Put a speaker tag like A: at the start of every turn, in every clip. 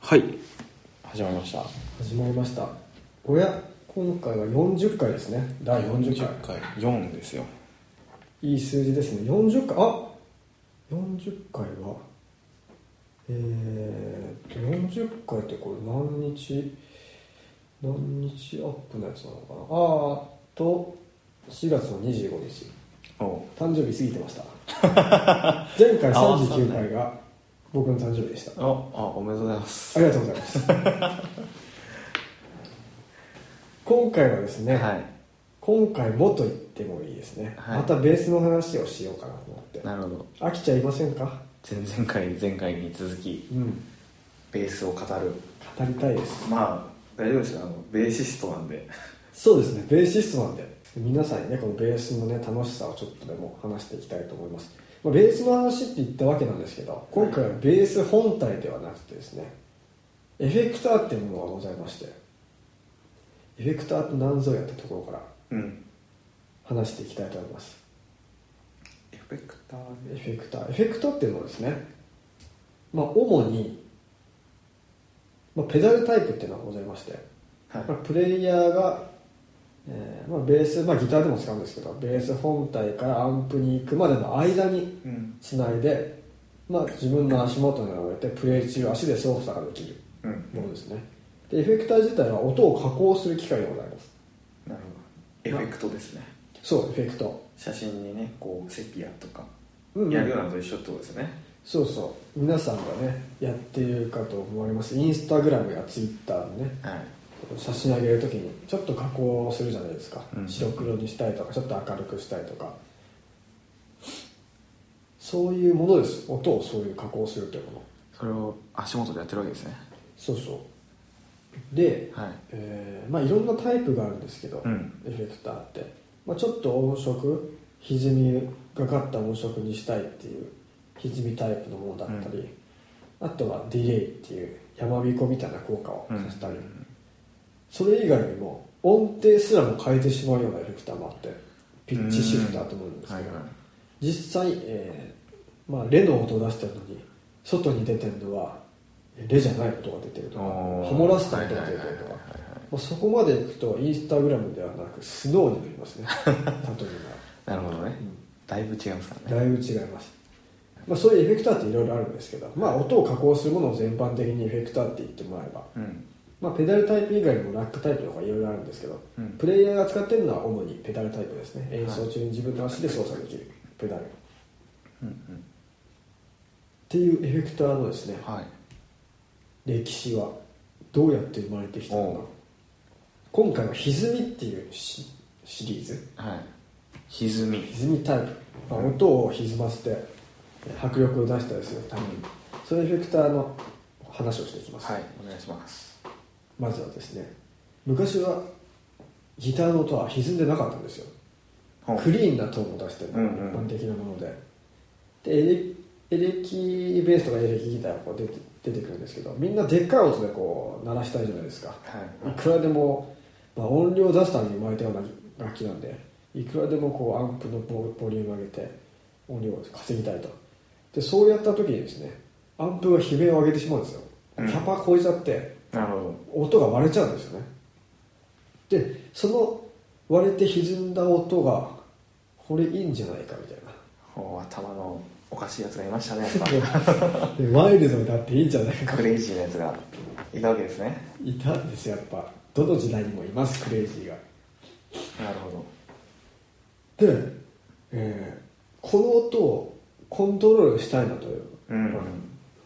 A: はい始まりました
B: 始まりましたおや今回は40回ですね第40回
A: 回4ですよ
B: いい数字ですね40回あ40回はえー、っと40回ってこれ何日何日アップのやつなのかなあーっと4月の25日
A: お
B: 誕生日過ぎてました 前回
A: あー
B: 39回が僕の誕生日でした
A: ああおめでとうございます
B: ありがとうございます 今回はですね、
A: はい
B: 今回もと言ってもいいですね、
A: はい
B: またベースの話をしようかなと思って
A: なるほど
B: 飽きちゃいませんか
A: 前々回前回に続き
B: うん
A: ベースを語る
B: 語りたいです
A: まあ大丈夫ですよあのベーシストなんで
B: そうですねベーシストなんで皆さんにねこのベースのね楽しさをちょっとでも話していきたいと思います、まあ、ベースの話って言ったわけなんですけど今回はベース本体ではなくてですねエフェクターっていうものがございましてエフェクターって何ぞやってところから
A: うん
B: 話していきたいと思います
A: エフェクター
B: エ
A: で
B: フェクターエフェクターっていうのはですねまあ主に、まあ、ペダルタイプっていうのがございまして、
A: はい
B: まあ、プレイヤーが、えーまあ、ベース、まあ、ギターでも使うんですけどベース本体からアンプに行くまでの間に
A: うん
B: つないで、まあ、自分の足元に置いてプレイ中足で操作ができる
A: うん
B: ものですねでエフェクター自体は音を加工する機械でございます
A: なるほどエフェクトですね
B: そうエフェクト
A: 写真にねこうセピアとか
B: うん
A: やるようなのと一緒ってことですね
B: そうそう皆さんがねやってるかと思われますインスタグラムやツイッターでね
A: はい
B: 写真上げるときにちょっと加工をするじゃないですか、
A: うん
B: 白黒にしたいとかちょっと明るくしたいとかそういうものです音をそういう加工するというもの
A: それを足元でやってるわけですね
B: そうそうで、
A: はい
B: えーまあ、いろんなタイプがあるんですけど、
A: うん
B: エフェクターって、まあ、ちょっと音色歪みがかった音色にしたいっていう歪みタイプのものだったり、あとはディレイっていう山びこみたいな効果をさせたり、
A: うん
B: それ以外にも音程すらも変えてしまうようなエフェクターもあってピッチシフターと思うんですけど、
A: うんはいはい
B: 実際、えーまあ、レの音を出してるのに外に出てるのはえレじゃない音が出てるとか
A: おー
B: ハモらせた音が出てる
A: はいは
B: とか
A: いはいはいはい
B: まあそこまでいくとインスタグラムではなくスノーにな りますね例え
A: なるほどね、
B: うん
A: だいぶ違いますから
B: ば
A: ね
B: だいぶ違います、まあ、そういうエフェクターっていろいろあるんですけど、まあ、音を加工するものを全般的にエフェクターって言ってもらえば
A: うん
B: まあ、ペダルタイプ以外にもラックタイプとかいろいろあるんですけど、
A: うん
B: プレイヤーが使ってるのは主にペダルタイプですね演奏中に自分の足で操作できるペダルっ
A: うんうん
B: ていうエフェクターのですね
A: はい
B: 歴史はどうやって生まれてきたのか
A: おう
B: 今回は「歪み」っていうシシリーズ
A: はい歪み
B: 歪みタイプ、まあ、音を歪ませて迫力を出したりするためにそのエフェクターの話をしていきます、
A: はいお願いします
B: まずはですね昔はギターの音は歪んでなかったんですよ
A: ほう
B: クリーンなトーンを出してる、
A: うんうん
B: 一般的なものででエレエレキベースとかエレキギターがこう出て出てくるんですけどみんなでっかい音でこう鳴らしたいじゃないですか
A: はい
B: いくらでも、まあ、音量を出すために生まれたような楽器なんでいくらでもこうアンプのボボリューム上げて音量を稼ぎたいとでそうやった時にですねアンプが悲鳴を上げてしまうんですよキ
A: うん
B: ャパ超えちゃって
A: なるほ
B: 音が割れちゃうんですよねでその割れて歪んだ音がこれいいんじゃないかみたいな
A: どほう頭のおかしいやつがいましたね やっ
B: でワイルドになっていいんじゃないか
A: ぱクレイジーなやつがいたわけですね
B: いたんですよやっぱどの時代にもいますクレイジーが
A: なるほ
B: で、えーこの音をコントロールしたいなという
A: どうん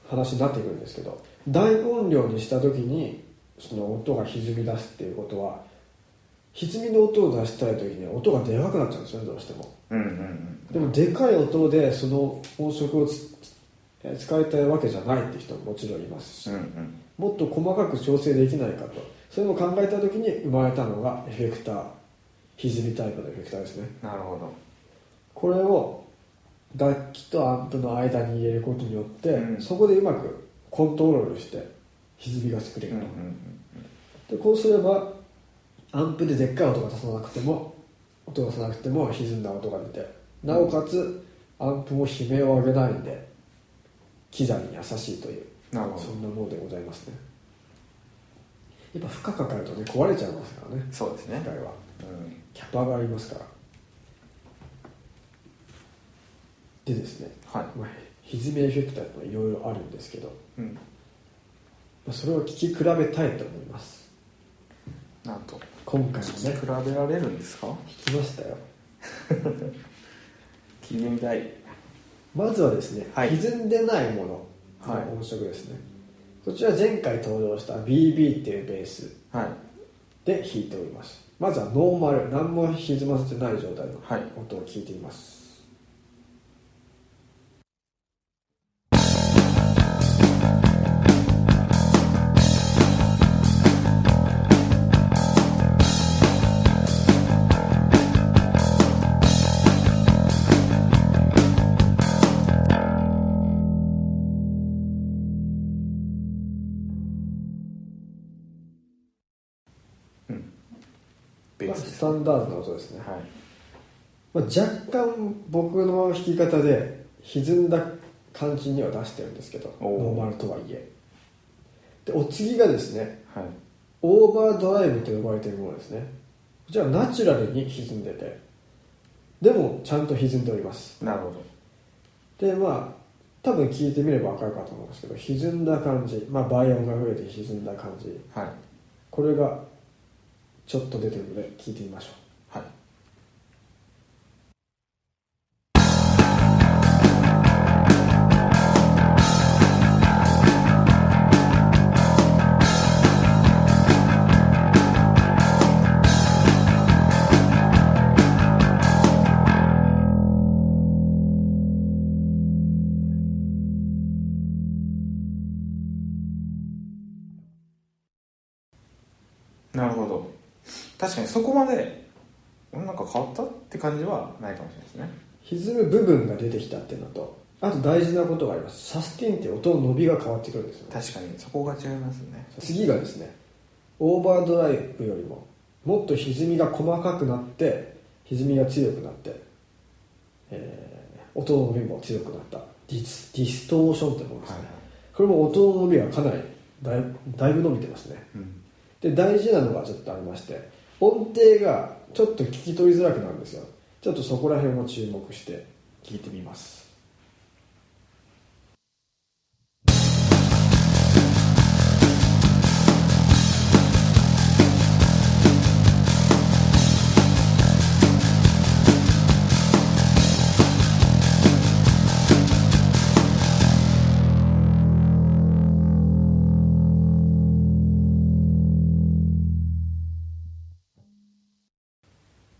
B: 話になってくるんですけど大音量にした時にその音が歪み出すっていうことは歪みの音を出したい時に音がでかくなっちゃうんですよねどうしても
A: うんうん
B: でもでかい音でその音色をつえ使いたいわけじゃないって人ももちろんいますし、
A: うんうん
B: もっと細かく調整できないかとそういうのを考えた時に生まれたのがエフェクター歪みタイプのエフェクターですね
A: なるほど
B: これを楽器とアンプの間に入れることによって、
A: うん
B: そこでうまくコントロールして歪みが作れ
A: う
B: る
A: んうん
B: と、
A: うん
B: でこうすればアンプででっかい音が出さなくても音が出さなくても歪んだ音が出てなおかつアンプも悲鳴を上げないんで機材に優しいという
A: なるほど
B: そんなものでございますねやっぱ負荷かかるとね壊れちゃいますからね
A: そうですね
B: 今、回は
A: うん、
B: キャパがありますからでですね、
A: はい、
B: まあ、歪みエフェクターっていろいろあるんですけど、
A: うん、
B: まあ、それを聞き比べたいと思います
A: なんと
B: 今回も
A: 聞
B: ね
A: き比べられるんですか
B: 聞きましたよ
A: 聞いてみたい
B: まずはですね、
A: はい
B: 歪んでないもの
A: はい
B: の音色ですね、こちら前回登場した BB っていうベース
A: はい
B: で弾いておりますまずはノーマル何も歪ませてない状態の
A: はい
B: 音を聞いてみます、
A: ベー
B: まあ
A: スで
B: ス
A: す
B: タンダードな音ですね、
A: はい
B: まあ、若干僕の弾き方で歪んだ感じには出してるんですけど
A: おー
B: ノーマルとはいえでお次がですね
A: はい
B: オーバードライブと呼ばれているものですねこちらはナチュラルに歪んでてでもちゃんと歪んでおります
A: なるほど
B: でまあ多分聞いてみれば分かるかと思うんですけど歪んだ感じ、まあ、倍音が増えて歪んだ感じ
A: はい
B: これがちょっと出てるので聞いてみましょう
A: はいなるほど確かにそこまでうんなんか変わったって感じはないかもしれないですね
B: 歪む部分が出てきたっていうのとあと大事なことがありますサスティンって音の伸びが変わってくるんですよね
A: 確かにそこが違いますね
B: 次がですねオーバードライブよりももっと歪みが細かくなって歪みが強くなって、えー音の伸びも強くなったディスディストーションってものですね、
A: はいはい
B: これも音の伸びがかなりだいだいぶ伸びてますね
A: うん
B: で大事なのがちょっとありまして音程がちょっと聞き取りづらくなるんですよちょっとそこら辺も注目して聞いてみます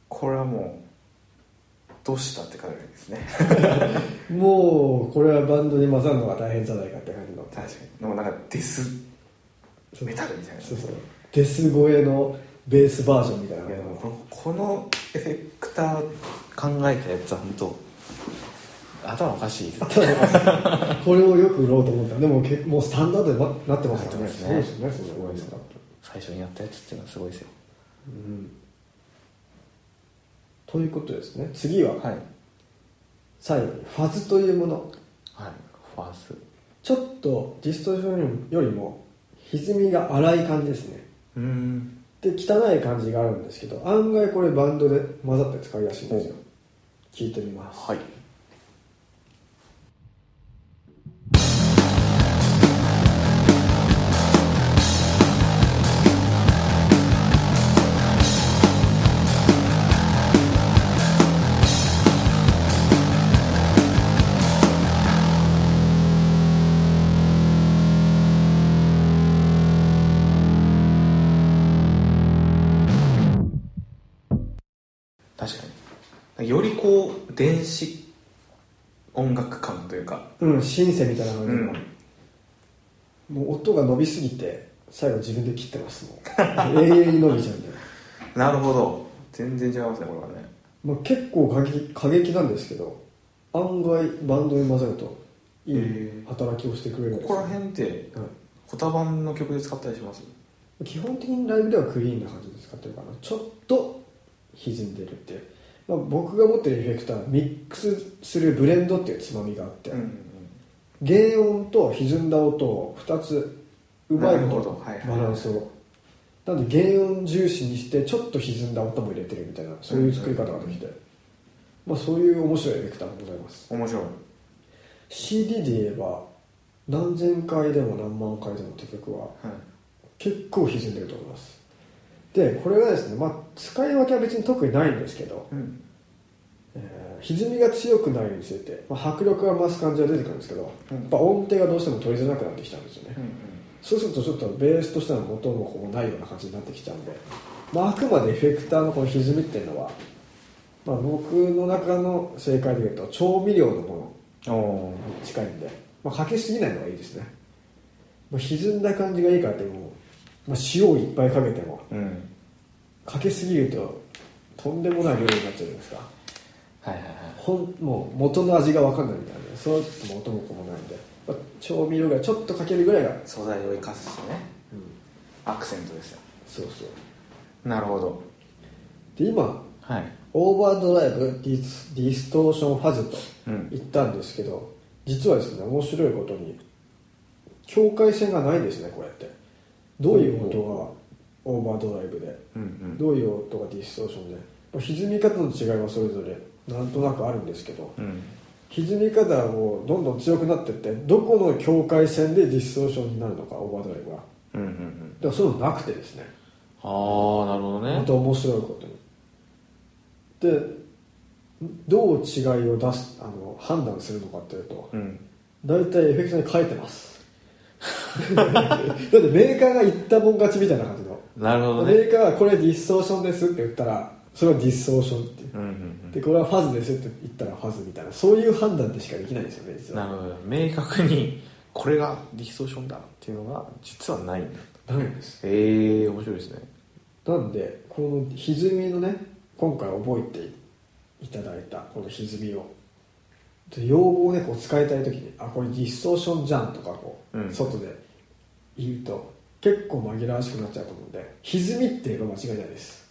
A: これはもうどうしたって感じですね
B: もうこれはバンドに混ざるのが大変じゃないかって感じの
A: 確かにでもなんかデスメタルみたいな
B: そうそうデス声のベースバージョンみたいない
A: やでもこのこのエフェクター考えたやつは本当頭おかしいですね
B: これをよく売ろうと思ったでもけもうスタンダードにななってますよね
A: なってますね
B: すごいですね
A: 最初にやったやつっていうのはすごいですよ
B: うんということですね次は
A: はい
B: 最後にファズというもの
A: はいファース
B: ちょっとディストーションよりも歪みが荒い感じですね
A: うーん
B: で汚い感じがあるんですけど案外これバンドで混ざって使いやすいんですよ聞いてみます
A: はい確かによりこう電子音楽感というか
B: うんシンセみたいな感
A: う
B: じの
A: ん
B: もう音が伸びすぎて最後自分で切ってますもう永遠に伸びちゃうんで
A: なるほど全然違いますねこれはね
B: もう結構過激過激なんですけど案外バンドに混ざるとい
A: へ
B: い働きをしてくれるん
A: こ
B: です
A: こ
B: よ
A: ら辺って
B: は
A: コタバンの曲で使ったりします
B: い基本的にライブではクリーンな感じで使ってるかなちょっと歪んでるっていう、まあ、僕が持ってるエフェクターはミックスするブレンドっていうつまみがあって、原音と歪んだ音を2つうまい
A: なる
B: こ
A: ほ
B: と
A: どはいはい
B: バランスをなので原音重視にしてちょっと歪んだ音も入れてるみたいなそういう作り方ができて、まあ、そういう面白いエフェクターもございます
A: 面白い
B: CD で言えば何千回でも何万回でもって曲は
A: はい
B: 結構歪んでると思いますでこれはですね、まあ、使い分けは別に特にないんですけど、
A: うん
B: えー歪みが強くなるにつれて、まあ、迫力が増す感じが出てくるんですけど、
A: うん
B: やっぱ音程がどうしても取りづらくなってきちゃうんですよね、
A: うんうん
B: そうするとちょっとベースとしての元もこうないような感じになってきちゃうんで、まあ、あくまでエフェクターのこの歪みっていうのは、まあ、僕の中の正解で言うと調味料のも
A: おー
B: のに近いんで、まあ、かけすぎないのがいいですね、まあ、歪んだ感じがいいからってもう、まあ、塩をいっぱいかけても
A: うん
B: かけすぎるととんでもない料理になっちゃうじゃないですか
A: はいはいはい
B: ほんもう元の味が分かんないみたいなそうすると元も子もないんで、まあ、調味料がちょっとかけるぐらいが、うん、
A: 素材を生かすしねアクセントですよ
B: そうそう
A: なるほど
B: で今
A: はい
B: オーバードライブディスディストーションファズと
A: うん
B: 言ったんですけど、実はですね面白いことに境界線がないですねこうやってどういう音がオーバードライブで
A: うんうん
B: どういう音がディストーションでまあ歪み方の違いはそれぞれなんとなくあるんですけど
A: うん
B: 歪み方がもうどんどん強くなってってどこの境界線でディストーションになるのかオーバードライブは
A: うんうんうん
B: だからそういうのなくてですね
A: ああなるほど
B: ま
A: ね
B: た面白いことにでどう違いを出すあの判断するのかっていうと
A: うん
B: 大体エフェクターに書いてます だってメーカーが言ったもん勝ちみたいな感じの、
A: なるほど
B: メ
A: ね
B: ーカーがこれディストーションですって言ったらそれはディストーションっていう
A: うんうん
B: でこれはファズですって言ったらファズみたいなそういう判断でしかできないんですよね
A: う
B: 実
A: んな
B: は
A: るほど明確にこれがディストーションだっていうのが実はないんだ
B: ないんです
A: ええ面白いですね
B: なんでこの歪みのね今回覚えていただいたこの歪みを用語をねこう使いたい時に「あこれディストーションじゃん」とかこう、
A: うん
B: 外で言うと結構紛らわしくなっちゃうと思うんで歪みっていうのは間違いないです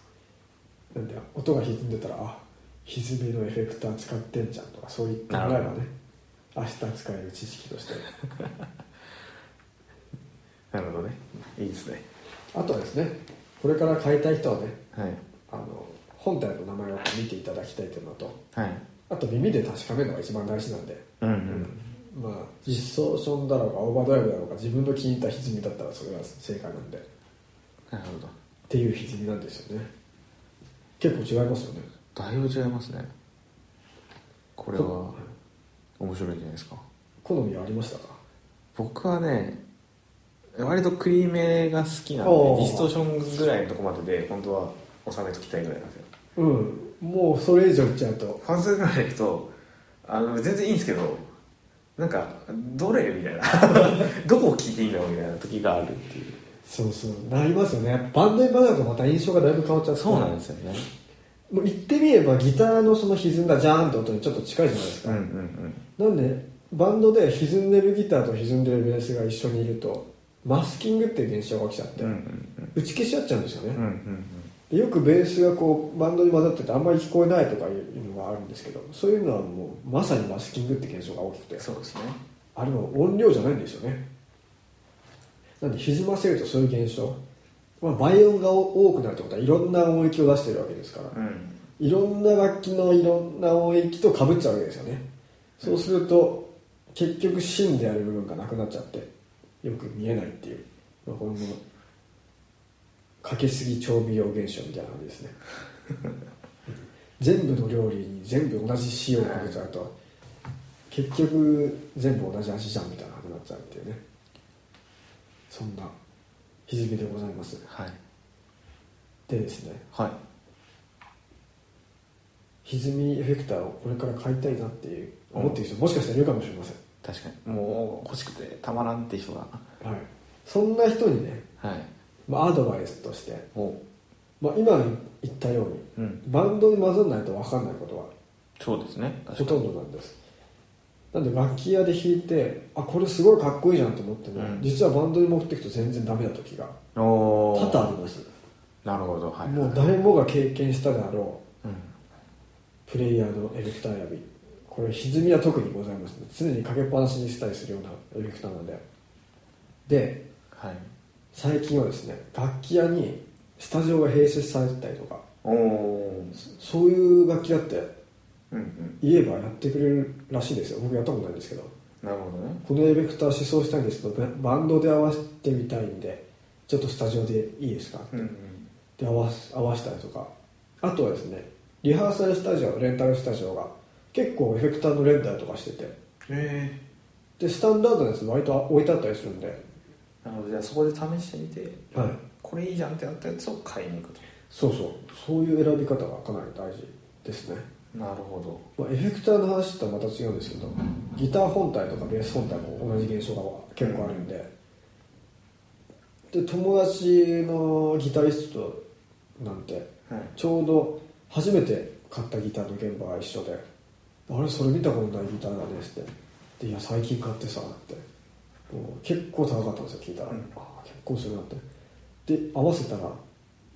B: なんで音が歪んでたら「あ歪みのエフェクター使ってんじゃん」とかそういった考え
A: な
B: が
A: る
B: ね明日使える知識として
A: なるほどねいいですね
B: あとはですねこれから変えたい人はね
A: はい
B: あの本体の名前を見ていただきたいというのと
A: はい
B: あと耳で確かめるのが一番大事なんで、
A: うんうん
B: まあ、実装ションだろうがオーバードライブだろうが自分の気に入った歪みだったらそれが正解なんでっ
A: なるほど
B: ていう歪みなんですよね結構違いますよね
A: だいぶ違いますねこれは
B: こ
A: 面白いんじゃないですか
B: 好みはありましたか
A: 僕はね割とクリーメが好きなんで
B: おー
A: ディストーションぐらいのとこまでで本当は収めときたいぐらいなんですよ
B: うんもうそれ以上いっちゃうと
A: 半数ぐらいでいくとあの全然いいんですけどなんかどれみたいな どこを聞いていいんだろうみたいな時があるっていう
B: そうそうなりますよねバンドにバンだとまた印象がだいぶ変わっちゃって
A: そうなんですよね
B: もう言ってみればギターのその歪んだジャーンって音にちょっと近いじゃないですか、
A: うんうん
B: なんでバンドで歪んでるギターと歪んでるベースが一緒にいるとマスキングっていう現象が起きちゃって、
A: うんうんうん
B: 打ち消し合っちゃうんですよ
A: うんう
B: ね、
A: んうん
B: でよくベースがこうバンドに混ざっててあんまり聞こえないとかいうのがあるんですけどそういうのはもうまさにマスキングって現象が大きくて
A: そうですね
B: あれは音量じゃないんですよねなんで歪ませるとそういう現象、まあ、倍音が多くなるってことはいろんな音域を出してるわけですから、
A: うん
B: いろんな楽器のいろんな音域とかぶっちゃうわけですよねそうすると結局芯である部分がなくなっちゃってよく見えないっていう、まあ、このかけすぎ調味料現象みたいな感じですね全部の料理に全部同じ塩をかけちゃうと結局全部同じ味じゃんみたいな感じになっちゃうっていうねそんな歪みでございます
A: はい
B: でですね
A: はい
B: 歪みエフェクターをこれから買いたいなっていう思ってる人もしかしたらいるかもしれません、
A: 確かにもう欲しくてたまらんって人が
B: はい、そんな人にね、
A: はい
B: まあ、アドバイスとして、
A: も
B: まあ、今言ったように
A: ううん
B: バンドに混ざらないと分かんないことは
A: そうですね
B: ほ
A: 確か
B: と
A: に
B: んどなんですなんで楽器屋で弾いてあこれすごいかっこいいじゃんと思っても、
A: うん
B: 実はバンドに持っていくと全然ダメな時が
A: お
B: 多
A: お
B: 々あります
A: なるほどはい
B: もう誰もが経験したであろ
A: うん
B: うプレイヤーのエフェクター選びこれ歪みは特にございますね常にかけっぱなしにしたりするようなエフェクターなんでで
A: はい
B: 最近はですね楽器屋にスタジオが併設されてたりとか
A: おお
B: そういう楽器だって
A: うんうん
B: 言えばやってくれるらしいですよ僕やったことないんですけど
A: なるほどね
B: このエフェクター試奏したいんですけどバンドで合わせてみたいんでちょっとスタジオでいいですか、
A: うんうん
B: で合わせ合わせたりとかあとはですねリハーサルスタジオレンタルスタジオが結構エフェクターのレンタルとかしてて
A: え
B: でスタンダードのやつ割と置いてあったりするんで、
A: えなるほどじゃあそこで試してみて
B: はい、
A: これいいじゃんってなったやつを買いに行くと
B: そうそうそういう選び方がかなり大事ですね、
A: なるほ
B: まあ、エフェクターの話とはまた違うんですけどギター本体とかベース本体も同じ現象が結構あるんで、で友達のギタリストなんて
A: どはい
B: ちょうど初めて買ったギターの現場が一緒で「あれそれ見たことないギターだね」っつって「でいや最近買ってさ」ってもう結構高かったんですよ聞いたら、
A: うん
B: ああ結構するなってで合わせたら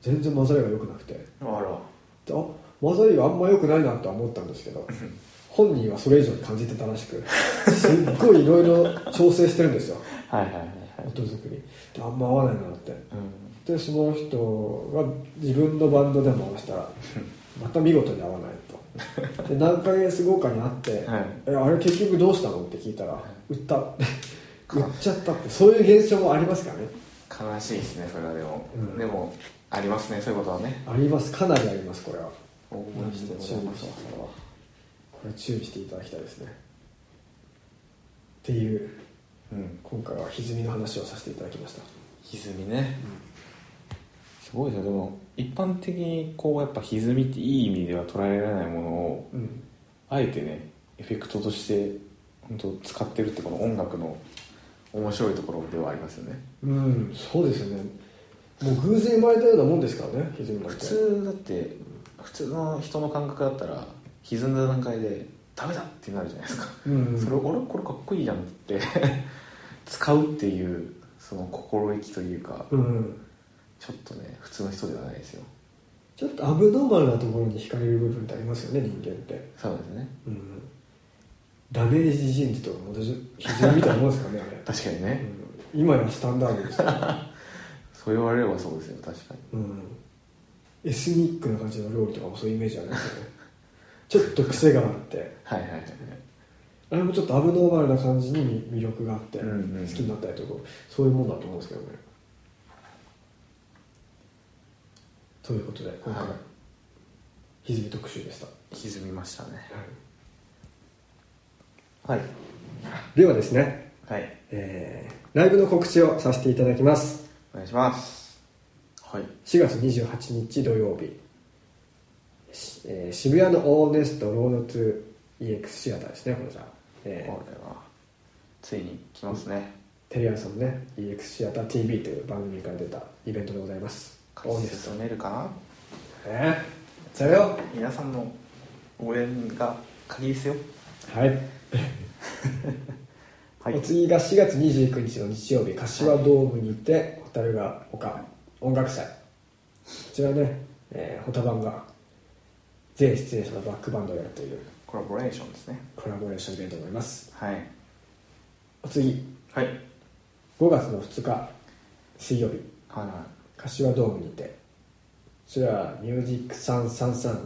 B: 全然混ざりが良くなくてで
A: あら
B: あ混ざりがあんま良くないなとは思ったんですけど本人はそれ以上に感じてたらしくすっごいいろいろ調整してるんですよ
A: はいはいはいはい
B: 音作りであんま合わないなって
A: うん
B: でその人が自分のバンドでも合わせた らまた見事に合わないとで何ヶ月後かに会って「
A: はい
B: えあれ結局どうしたの?」って聞いたら「売った」
A: か
B: 売っちゃった」ってそういう現象もありますからね
A: 悲しいですねそれはでも、
B: うん
A: でもありますねそういうことはね
B: ありますかなりありますこれは
A: 応
B: 注
A: 援
B: 意
A: し
B: してて
A: もらい
B: もらい
A: ま
B: ま
A: し
B: したたこれはこれ注意していただきたいですねっていう
A: うん
B: 今回は歪みの話をさせていただきました
A: 歪みねすごいですよでも一般的にこうやっぱ歪みっていい意味では捉えられないものを
B: うん
A: あえてねエフェクトとして本当使ってるってこの音楽の面白いところではありますよね
B: うんそうですよねもう偶然生まれたようなもんですからね歪みなん
A: 普
B: て
A: 通だって普通の人の感覚だったら歪んだ段階でダメだってなるじゃないですか
B: うん
A: それ俺これかっこいいじゃんって 使うっていうその心意気というか
B: うん
A: ちょっとね普通の人ではないですよ
B: ちょっとアブノーマルなところに惹かれる部分ってありますよね人間って、
A: そうですね
B: うん、ダメージジーンズとかも私歪みたいなもんですからねあ
A: 確かに
B: れ、
A: ね、
B: うん、今やスタンダードですから、
A: そう言われればそうですよ確かに
B: うん、エスニックな感じの料理とかもそういうイメージありますよねちょっと癖があって
A: はいはいはい
B: あれもちょっとアブノーマルな感じに魅力があって好き
A: うんうん
B: になったりとかそういうもんだと思うんですけどねということで今回、
A: はい
B: 歪み特集でした
A: 歪みましたねはい
B: ではですね、
A: はい
B: えーライブの告知をさせていただきます
A: お願いしますはい
B: 4月28日土曜日、しえー渋谷のオーネストロードトゥ EX シアターですねこれじゃあ、
A: これ
B: えー
A: はついに来ますね
B: テリアンさんのね EX シアター TV という番組から出たイベントでございます
A: 勝
B: オーネ
A: ち
B: スト
A: 進めるかな
B: えー、やっちゃうよ
A: 皆さんの応援が鍵ですよ
B: はい、
A: はい
B: お次が4月29日の日曜日柏ドームにて蛍が丘音楽祭こちらね、えー、ホタバンが全出演者のバックバンドをやるという
A: コラボレーションですね
B: コラボレーションイベントになります
A: はい
B: お次
A: はい
B: 5月の2日水曜日
A: はいは
B: 柏ドームにてこちらはミュージック333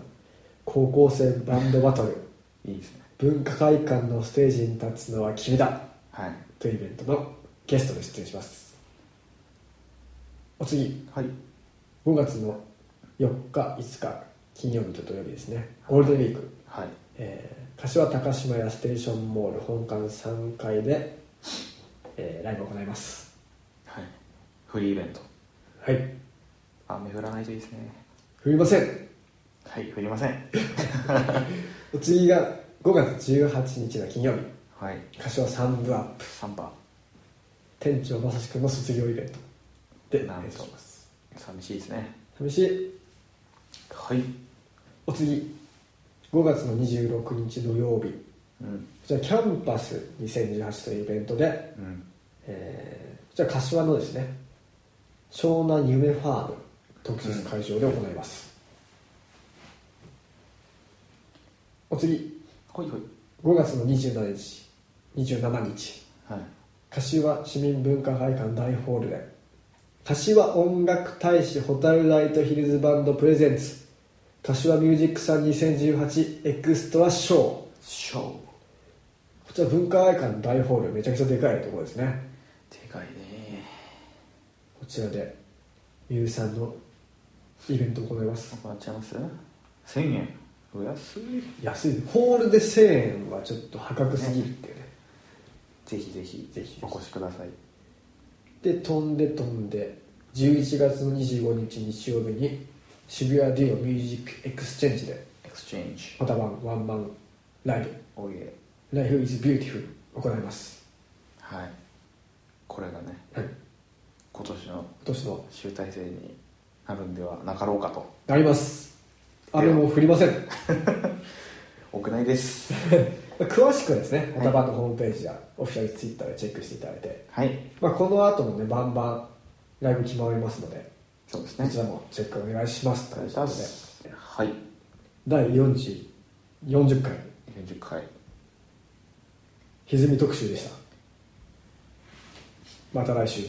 B: 高校生バンドバトル
A: いいいですね
B: 文化会館のステージに立つのは君だ
A: はい
B: というイベントのゲストで出演しますお次
A: はい
B: 5月の4日5日金曜日と土曜日ですねゴールデンウィーク、
A: はい
B: えー柏高島屋ステーションモール本館3階で、えーライブを行います
A: はいフリーイベント
B: はい
A: 雨降らないといいですね
B: 振りません
A: はい降りません
B: お次が5月18日の金曜日
A: はい
B: 柏サンブアップ
A: 3番
B: 店長まさしくんの卒業イベントで
A: なんと
B: 演奏します
A: 寂しいですね
B: 寂しい
A: はい
B: お次5月の26日土曜日
A: うん
B: こちらキャンパス2018というイベントで、
A: うん
B: えー、こちら柏のですね湘南夢ファーム特設会場で行います、お次
A: ほいほい
B: 5月の27日27日
A: はい
B: 柏市民文化会館大ホールで柏音楽大使ホタルライトヒルズバンドプレゼンツ柏ミュージックさん2018エクストラショーこ
A: ショー
B: ちら文化会館大ホールめちゃくちゃでかいところですね
A: でかいね
B: こちらでみゆさんのイベントを行います
A: もらっちゃいます1000円お安い
B: 安いホールで1000円はちょっと破格すぎるっていうね
A: ぜひぜひ
B: ぜひ
A: お越しください
B: で飛んで飛んで11月の25日日曜日に渋谷デュオミュージックエクスチェンジで
A: エクスチェンジ
B: またワンワンマンライブ
A: おいえ
B: 「Life is Beautiful」行います、
A: はいこれがね
B: はい、今
A: 今年の
B: 年の
A: 集大成になるんではなかろうかと
B: なります雨も降りません
A: 屋内です
B: 詳しくはですねオタバンのホームページやオフィシャルツイッターでチェックしていただいて、
A: はい
B: まあ、この後もねバンバンライブ決まりますので
A: そうです
B: こ
A: ね
B: ちらもチェックお願いします
A: お
B: と
A: 願い
B: い
A: うし
B: こ
A: ま
B: とです
A: はい
B: 第40 40回
A: 40回
B: 歪み特集でしたまた来週